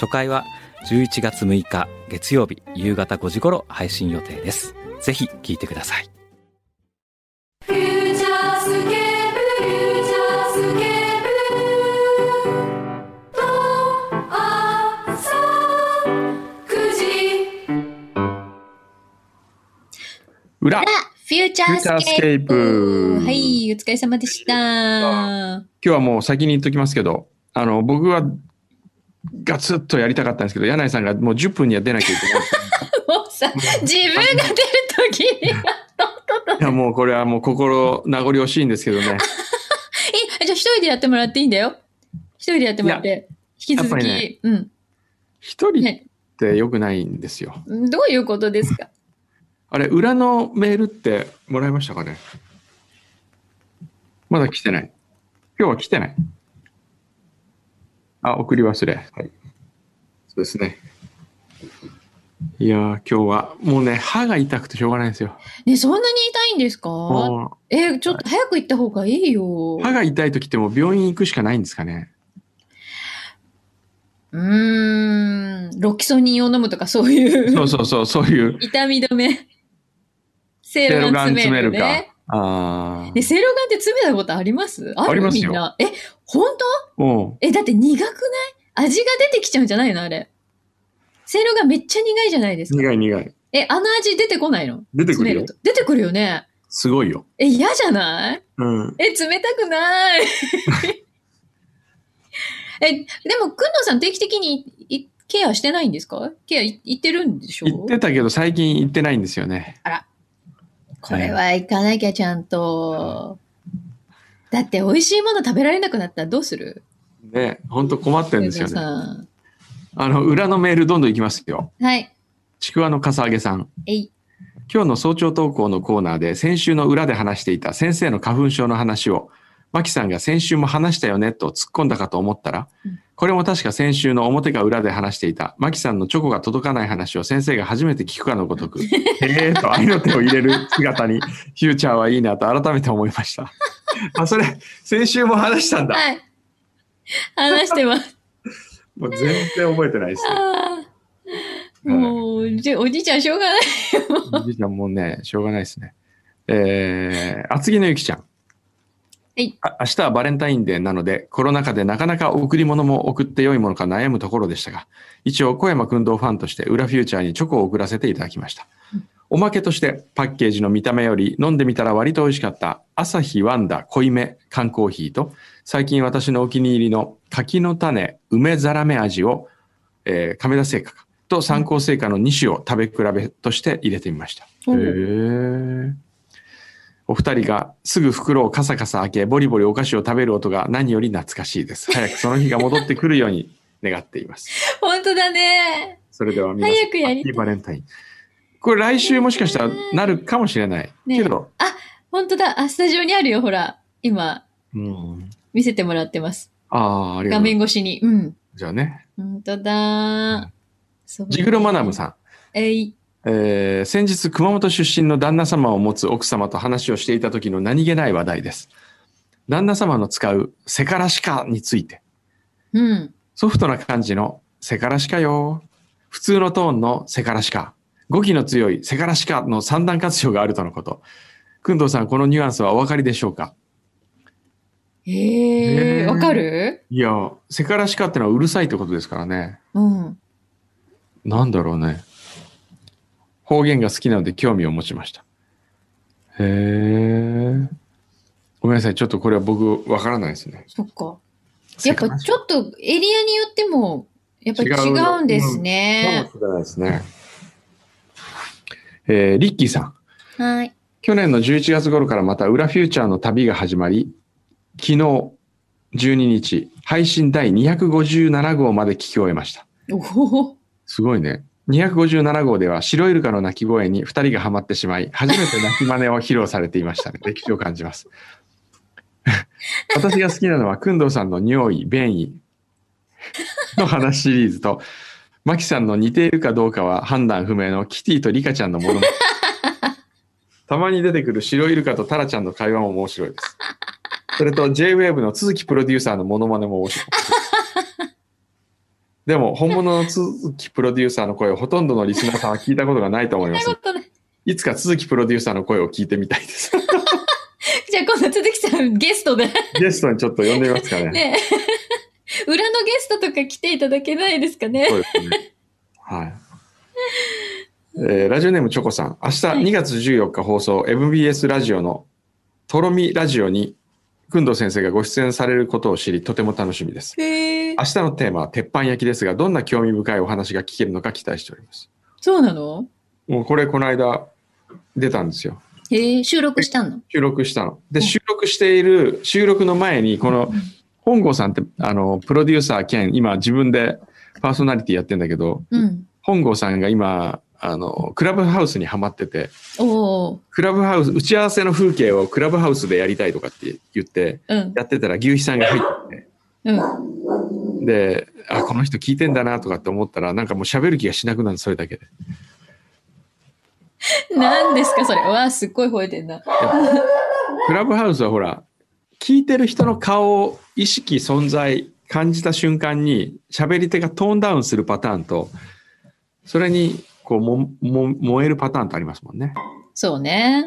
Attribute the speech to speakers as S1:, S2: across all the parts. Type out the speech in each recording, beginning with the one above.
S1: 初回は11月6日月曜日夕方5時頃配信予定ですぜひ聞いてください
S2: 「フューチャースケープフューチャースケープ」「とあさ9時」
S3: 裏
S4: フューチャースケープ
S3: フューチャースケープ
S4: はい、お疲れ様でした。は
S3: 今日はもう先に言っときますけど、あの、僕はガツッとやりたかったんですけど、柳井さんがもう10分には出なきゃいけない。
S4: もう さ、自分が出るときに、え、じゃ
S3: いや、もうこれはもう心名残惜しいんですけどね。
S4: あ一人でやってもらっていいんだよ。一人でやってもらって。引き続き、
S3: やっぱり
S4: うん。
S3: 一人っ
S4: ね、
S3: て良くないんですよ。
S4: どういうことですか
S3: あれ、裏のメールってもらいましたかねまだ来てない。今日は来てない。あ、送り忘れ。はい。そうですね。いやー、今日はもうね、歯が痛くてしょうがないんですよ。
S4: ね、そんなに痛いんですか
S3: もう
S4: え、ちょっと早く行った方がいいよ。
S3: 歯
S4: う
S3: が痛い時ってもう病院行くしかないんですかね。
S4: ーん、ロキソニンを飲むとかそうい、
S3: そううそうそう、そういう。
S4: 痛み止め。セ
S3: セ
S4: ー
S3: ロ
S4: ル
S3: ガ
S4: ガン
S3: ン
S4: 詰
S3: 詰
S4: め
S3: め
S4: る
S3: るか。
S4: ね。
S3: ああ
S4: で、。セイロガンって詰めたことありますある
S3: ありますよ
S4: みんな。え、本当
S3: うん。
S4: え、だって苦くない味が出てきちゃうんじゃないのあれ。セイロガンめっちゃ苦いじゃないですか。
S3: 苦い苦い。
S4: え、あの味出てこないの
S3: 出てく
S4: 詰
S3: る
S4: め
S3: よ
S4: る。と。出てくるよね。
S3: すごいよ。
S4: え、嫌じゃない
S3: うん。
S4: え、冷たくない え、でも、くんのさん定期的にいケアしてないんですかケアい行ってるんでしょ
S3: 行ってたけど最近行ってないんですよね。
S4: これは行かなきゃちゃんと。だって美味しいもの食べられなくなったらどうする
S3: ね、本当困ってるんですよ
S4: 皆
S3: ね。
S4: さん
S3: あの、裏のメールどんどん行きますよ。
S4: はい。
S3: ちくわのかさあげさん。
S4: えい。
S3: 今日の早朝投稿のコーナーで先週の裏で話していた先生の花粉症の話を、マキさんが先週も話したよねと突っ込んだかと思ったら
S4: うん、
S3: これも確か先週の表か裏で話していた、マキさんのチョコが届かない話を先生が初めて聞くかのごとく、 へえーと愛の手を入れる姿に、フューチャーはいいなと改めて思いました。あ、それ、先週も話したんだ。
S4: はい。話してます。
S3: もう全然覚えてないですね。
S4: あーもう、じおじいちゃんしょうがない。
S3: おじいちゃんもうね、 しょうがないですね。えー、厚木のゆきちゃん。
S4: い
S3: あ明日はバレンタインデーなので、コロナ禍でなかなか贈り物も送って良いものか悩むところでしたが、一応小山君堂ファンとして、裏フューチャーにチョコを送らせていただきました。おまけとして、パッケージの見た目より飲んでみたら割と美味しかった、朝日ワンダ濃いめ缶コーヒーと、最近私のお気に入りの柿の種梅ざらめ味を、えー亀田製菓かと参考製菓の2種を食べ比べとして入れてみました。
S4: うん
S3: へえ。お二人がすぐ袋をカサカサ開け、ボリボリお菓子を食べる音が何より懐かしい です。早くその日が戻ってくるように願っています。
S4: 本当だね。
S3: それでは皆さん、
S4: 早くや
S3: ハ
S4: りたい
S3: ッピーバレンタイン。これ来週もしかしたらなるかもしれない。
S4: ね
S3: けど、
S4: 本当だ。あ、スタジオにあるよ、ほら。今、
S3: うん。
S4: 見せてもらってます。
S3: ああ、ありがとう
S4: 画
S3: ござい
S4: 面越しに。うん。
S3: ます。じゃあね。
S4: 本当だ。そう
S3: ジグロマナムさん。
S4: えい。
S3: えー先日熊本出身の旦那様を持つ奥様と話をしていた時の何気ない話題です旦那様の使う「セカラシカ」について
S4: うん。
S3: ソフトな感じの「セカラシカよ」普通のトーンの「セカラシカ」語気の強い「セカラシカ」の三段活用があるとのこと工藤さんこのニュアンスはお分かりでしょうか
S4: え
S3: ね
S4: ー、
S3: え
S4: わかる
S3: いやセカラシカってのはうるさいってことですからね
S4: うん。
S3: なんだろうね。方言が好きなので興味を持ちました。へえ。ごめんなさい。ちょっとこれは僕、わからないですね。
S4: そっか。やっぱちょっとエリアによっても、やっぱり違
S3: 違うよ
S4: うんです
S3: か
S4: ね。
S3: もしれないですね。えーリッキーさん。
S4: はい。
S3: 去年の11月頃からまた裏フューチャーの旅が始まり、昨日12日、配信第257号まで聞き終えました。
S4: おお。
S3: すごいね。257号では白イルカの鳴き声に2人がハマってしまい、初めて鳴き真似を披露されていましたね。歴史を感じます。私が好きなのは、くんどうさんの尿意、便意の話シリーズと、マキさんの似ているかどうかは判断不明のキティとリカちゃんのもの。たまに出てくる白イルカとタラちゃんの会話も面白いです。それと JWAVE の都築プロデューサーのモノマネも面白い。でも本物の都築プロデューサーの声をほとんどのリスナーさんは聞いたことがないと思い
S4: そ
S3: ま
S4: ん
S3: す
S4: なこ。とない。
S3: いつか都築プロデューサーの声を聞いてみたいです。
S4: じゃあ今度、鈴木さん、ゲストで。
S3: ゲストにちょっと呼んでみますかね。
S4: ね 裏のゲストとか来ていただけないですかね。
S3: そうですね。はい。えーラジオネームチョコさん、明日2月14日放送、MBS ラジオのとろみラジオに、くんど先生がご出演されることを知り、とても楽しみです。
S4: へえ。
S3: 明日のテーマは鉄板焼きですが、どんな興味深いお話が聞けるのか期待しております。
S4: そうなの
S3: もうこれ、この間、出たんですよ。
S4: へえ、収録したの
S3: 収録したの。で、
S4: うん
S3: 収録している、収録の前に、この、本郷さんって、あの、プロデューサー兼、今自分でパーソナリティやってんだけど、
S4: うん。
S3: 本郷さんが今、あの、クラブハウスにハマってて、
S4: おお。
S3: クラブハウス、打ち合わせの風景をクラブハウスでやりたいとかって言って、
S4: うん。
S3: やってたら牛皮さんが入って
S4: うん。
S3: きて、で、あ、この人聞いてんだなとかって思ったら、なんかもう喋る気がしなくなる、それだけで。
S4: 何ですか、それ。わあ、すっごい吠えてんな。
S3: クラブハウスはほら、聞いてる人の顔を意識、存在、感じた瞬間に、喋り手がトーンダウンするパターンと、それに、こうも、も、燃えるパターンとありますもんね。
S4: そうね。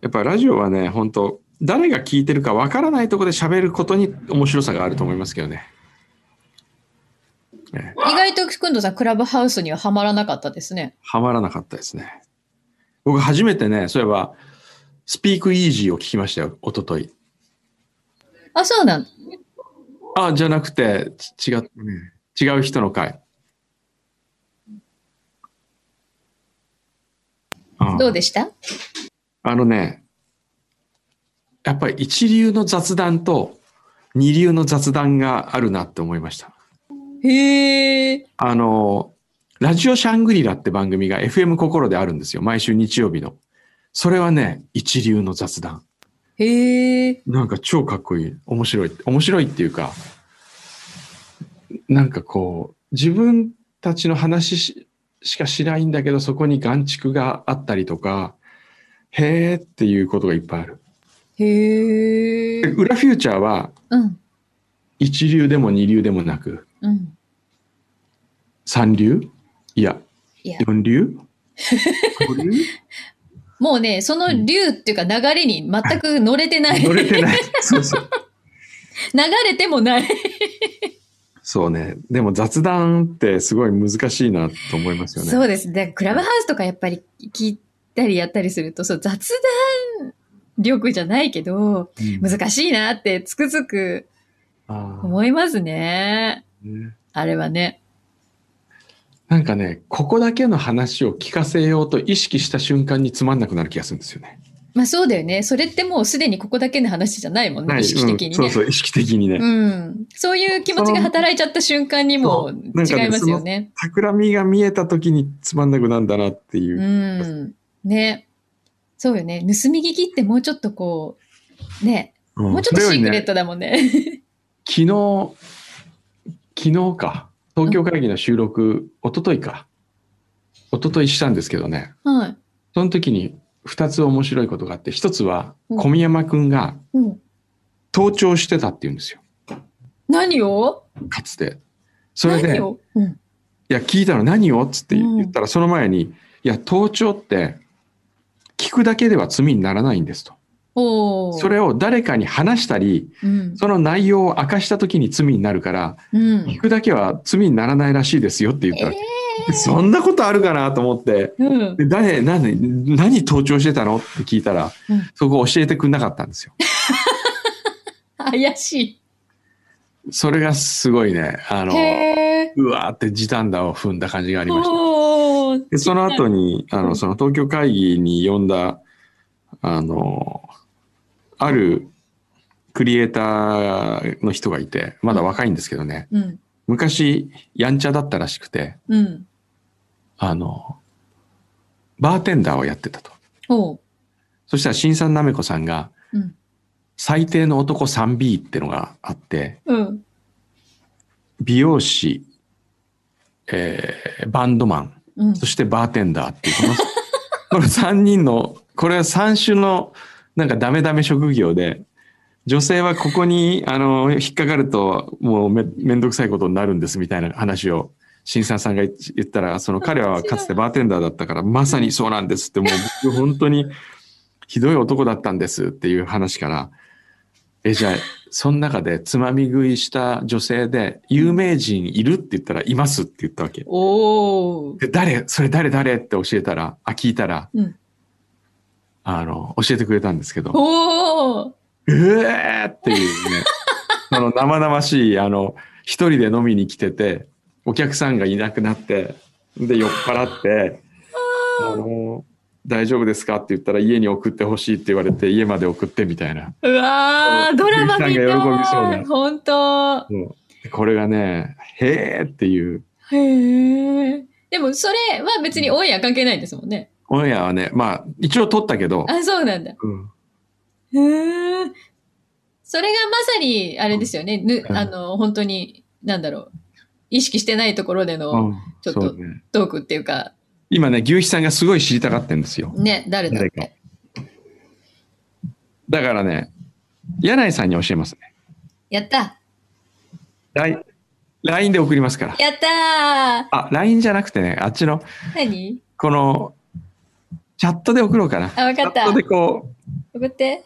S3: やっぱラジオはね、本当誰が聞いてるかわからないところで喋ることに面白さがあると思いますけどね。ね
S4: 意外と、くんどさん、クラブハウスにはハマらなかったですね。
S3: はまらなかったですね。僕初めてね、そういえば、スピークイージーを聞きましたよ、一昨日
S4: あ、そうなん
S3: あ、じゃなくて、ち違ったね。違う人の回。あ
S4: どうでした
S3: あのね、やっぱり一流の雑談と二流の雑談があるなって思いました。
S4: へえ。
S3: あの、ラジオシャングリラって番組が FM 心であるんですよ。毎週日曜日の。それはね、一流の雑談。
S4: へえ。
S3: なんか超かっこいい。面白い。面白いっていうか、なんかこう、自分たちの話ししかしないんだけど、そこに眼畜があったりとか、へーっていうことがいっぱいある。
S4: へえ。
S3: 裏フューチャーは
S4: うん。
S3: 一流でも二流でもなく、
S4: うん。
S3: 三流いや、
S4: いや、
S3: 四 流五流
S4: もうね、その流っていうか流れに全く乗れてない。
S3: 乗れてない。そうそう。
S4: 流れてもない。
S3: そうね。でも雑談ってすごい難しいなと思いますよね。
S4: そうです。で、クラブハウスとかやっぱり聞いたりやったりすると、そう、雑談力じゃないけど、
S3: うん
S4: 難しいなってつくづく
S3: あー
S4: 思いますね。
S3: ね
S4: あれはね。
S3: なんかね、ここだけの話を聞かせようと意識した瞬間につまんなくなる気がするんですよね。
S4: まあそうだよね。それってもうすでにここだけの話じゃないもん
S3: は
S4: ね。
S3: い
S4: 意識的に
S3: うんそ
S4: ね。
S3: うそう、意識的にね。
S4: うん。そういう気持ちが働いちゃった瞬間に
S3: そ
S4: も
S3: うなんかね
S4: 違いますよね。
S3: 企みが見えた時につまんなくなるんだなっていうう。
S4: ん。ね。そうよね。盗み聞きってもうちょっとこう、ね。
S3: ん
S4: もうちょっとシークレッ。
S3: そ
S4: トだもんね。
S3: れよりね昨日、昨日か。東京会議の収録、一昨日か。一昨日したんですけどね。
S4: はい。
S3: その時に二つ面白いことがあって、一つは、
S4: うん
S3: 小宮山くんが
S4: うん。
S3: 盗聴してたっていうんですよ。
S4: 何を
S3: かつて。それで、
S4: 何
S3: い
S4: をうん。
S3: や、聞いたの何をっつって
S4: うん
S3: 言ったら、その前に、いや、盗聴って、聞くだけでは罪にならないんですと。
S4: おお。
S3: そ、れを誰かに話したり、
S4: うん。
S3: その内容を明かした時に罪になるから、
S4: うん。
S3: 聞くだけは罪にならないらしいですよって言ったわけ。そんなことあるかなと思って、
S4: うん。
S3: で誰、何、何盗聴してたのって聞いたら、
S4: うん
S3: そこ教えてくれなかったんですよ。
S4: 怪し
S3: それがすごいね、あ
S4: い。
S3: の、
S4: へえ。
S3: うわーって時短だを踏んだ感じがありました。
S4: おお。
S3: で、その後に、あ
S4: うん
S3: の、その東京会議に呼んだ、あの、あるクリエイターの人がいて、まだ若いんですけどね、
S4: うん。
S3: 昔、やんちゃだったらしくて、
S4: うん。
S3: あの、バーテンダーをやってたと。
S4: ほ
S3: そしたら、新さんなめこさんが、
S4: う。うん。
S3: 最低の男 3B ってのがあって、
S4: うん。
S3: 美容師、えーバンドマン、
S4: うん。
S3: そしてバーテンダーっていう、この この3人の、これは3種のなんかダメダメ職業で、女性はここにあの引っかかるともうめめんどくさいことになるんですみたいな話を新さんさんが言言ったら、その彼はかつてバーテンダーだったから、まさにそうなんですって、もう僕本当にひどい男だったんですっていう話から、え、じゃあ、その中でつまみ食いした女性で有名人いるって言ったら、いますって言ったわけ。
S4: おー。
S3: で、誰それ誰誰って教えたら、あ、聞いたら、
S4: うん
S3: あの、教えてくれたんですけど、
S4: おー。
S3: うえーっていう ね、その生々しい、あの、一人で飲みに来てて、お客さんがいなくなって、で、酔っ払って、あの、大丈夫ですかって言ったら家に送ってほしいって言われて、家まで送ってみたいな。
S4: うわー、ドラマ見た
S3: ゆうさんが喜びそう
S4: い。
S3: な
S4: 本当。
S3: もうこれがね、へーっていう、
S4: へえ。でも、それは別にオンエア関係ないんですもんね。
S3: オンエアはね、まあ、一応撮ったけど、
S4: あ、そうなんだ。
S3: うん
S4: へえ。それがまさに、あれですよね。ぬ
S3: うん
S4: あの、本当に、なんだろう。意識してないところでの
S3: うん
S4: ちょっと
S3: そうね。
S4: トークっていうか、
S3: 今ね、牛肥さんがすごい知りたがってんですよ。
S4: ね、誰だっ
S3: 誰
S4: け。
S3: だからね、柳井さんに教えますね。
S4: やった
S3: ラ LINE で送りますから。
S4: やった
S3: あ、LINE じゃなくてね、あっちの、
S4: ー何
S3: この、チャットで送ろうかな。
S4: あ、わかっ
S3: チャッ
S4: た。
S3: トで
S4: 送
S3: こう、
S4: って。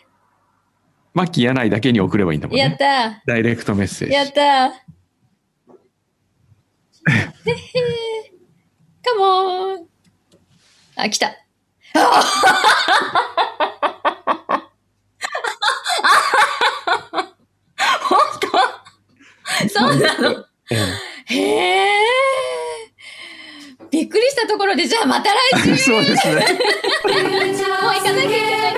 S3: マッキー柳井だけに送ればいいんだもん
S4: やっ
S3: ね。
S4: た
S3: ダイレクトメッセー
S4: ー
S3: ジ。
S4: やったー へへーカモーンあ、来た。 本当そうなの
S3: え
S4: へえ。びっくりしたところで、じゃあまた来週
S3: え そうですね。
S2: もう行かなきゃいけない。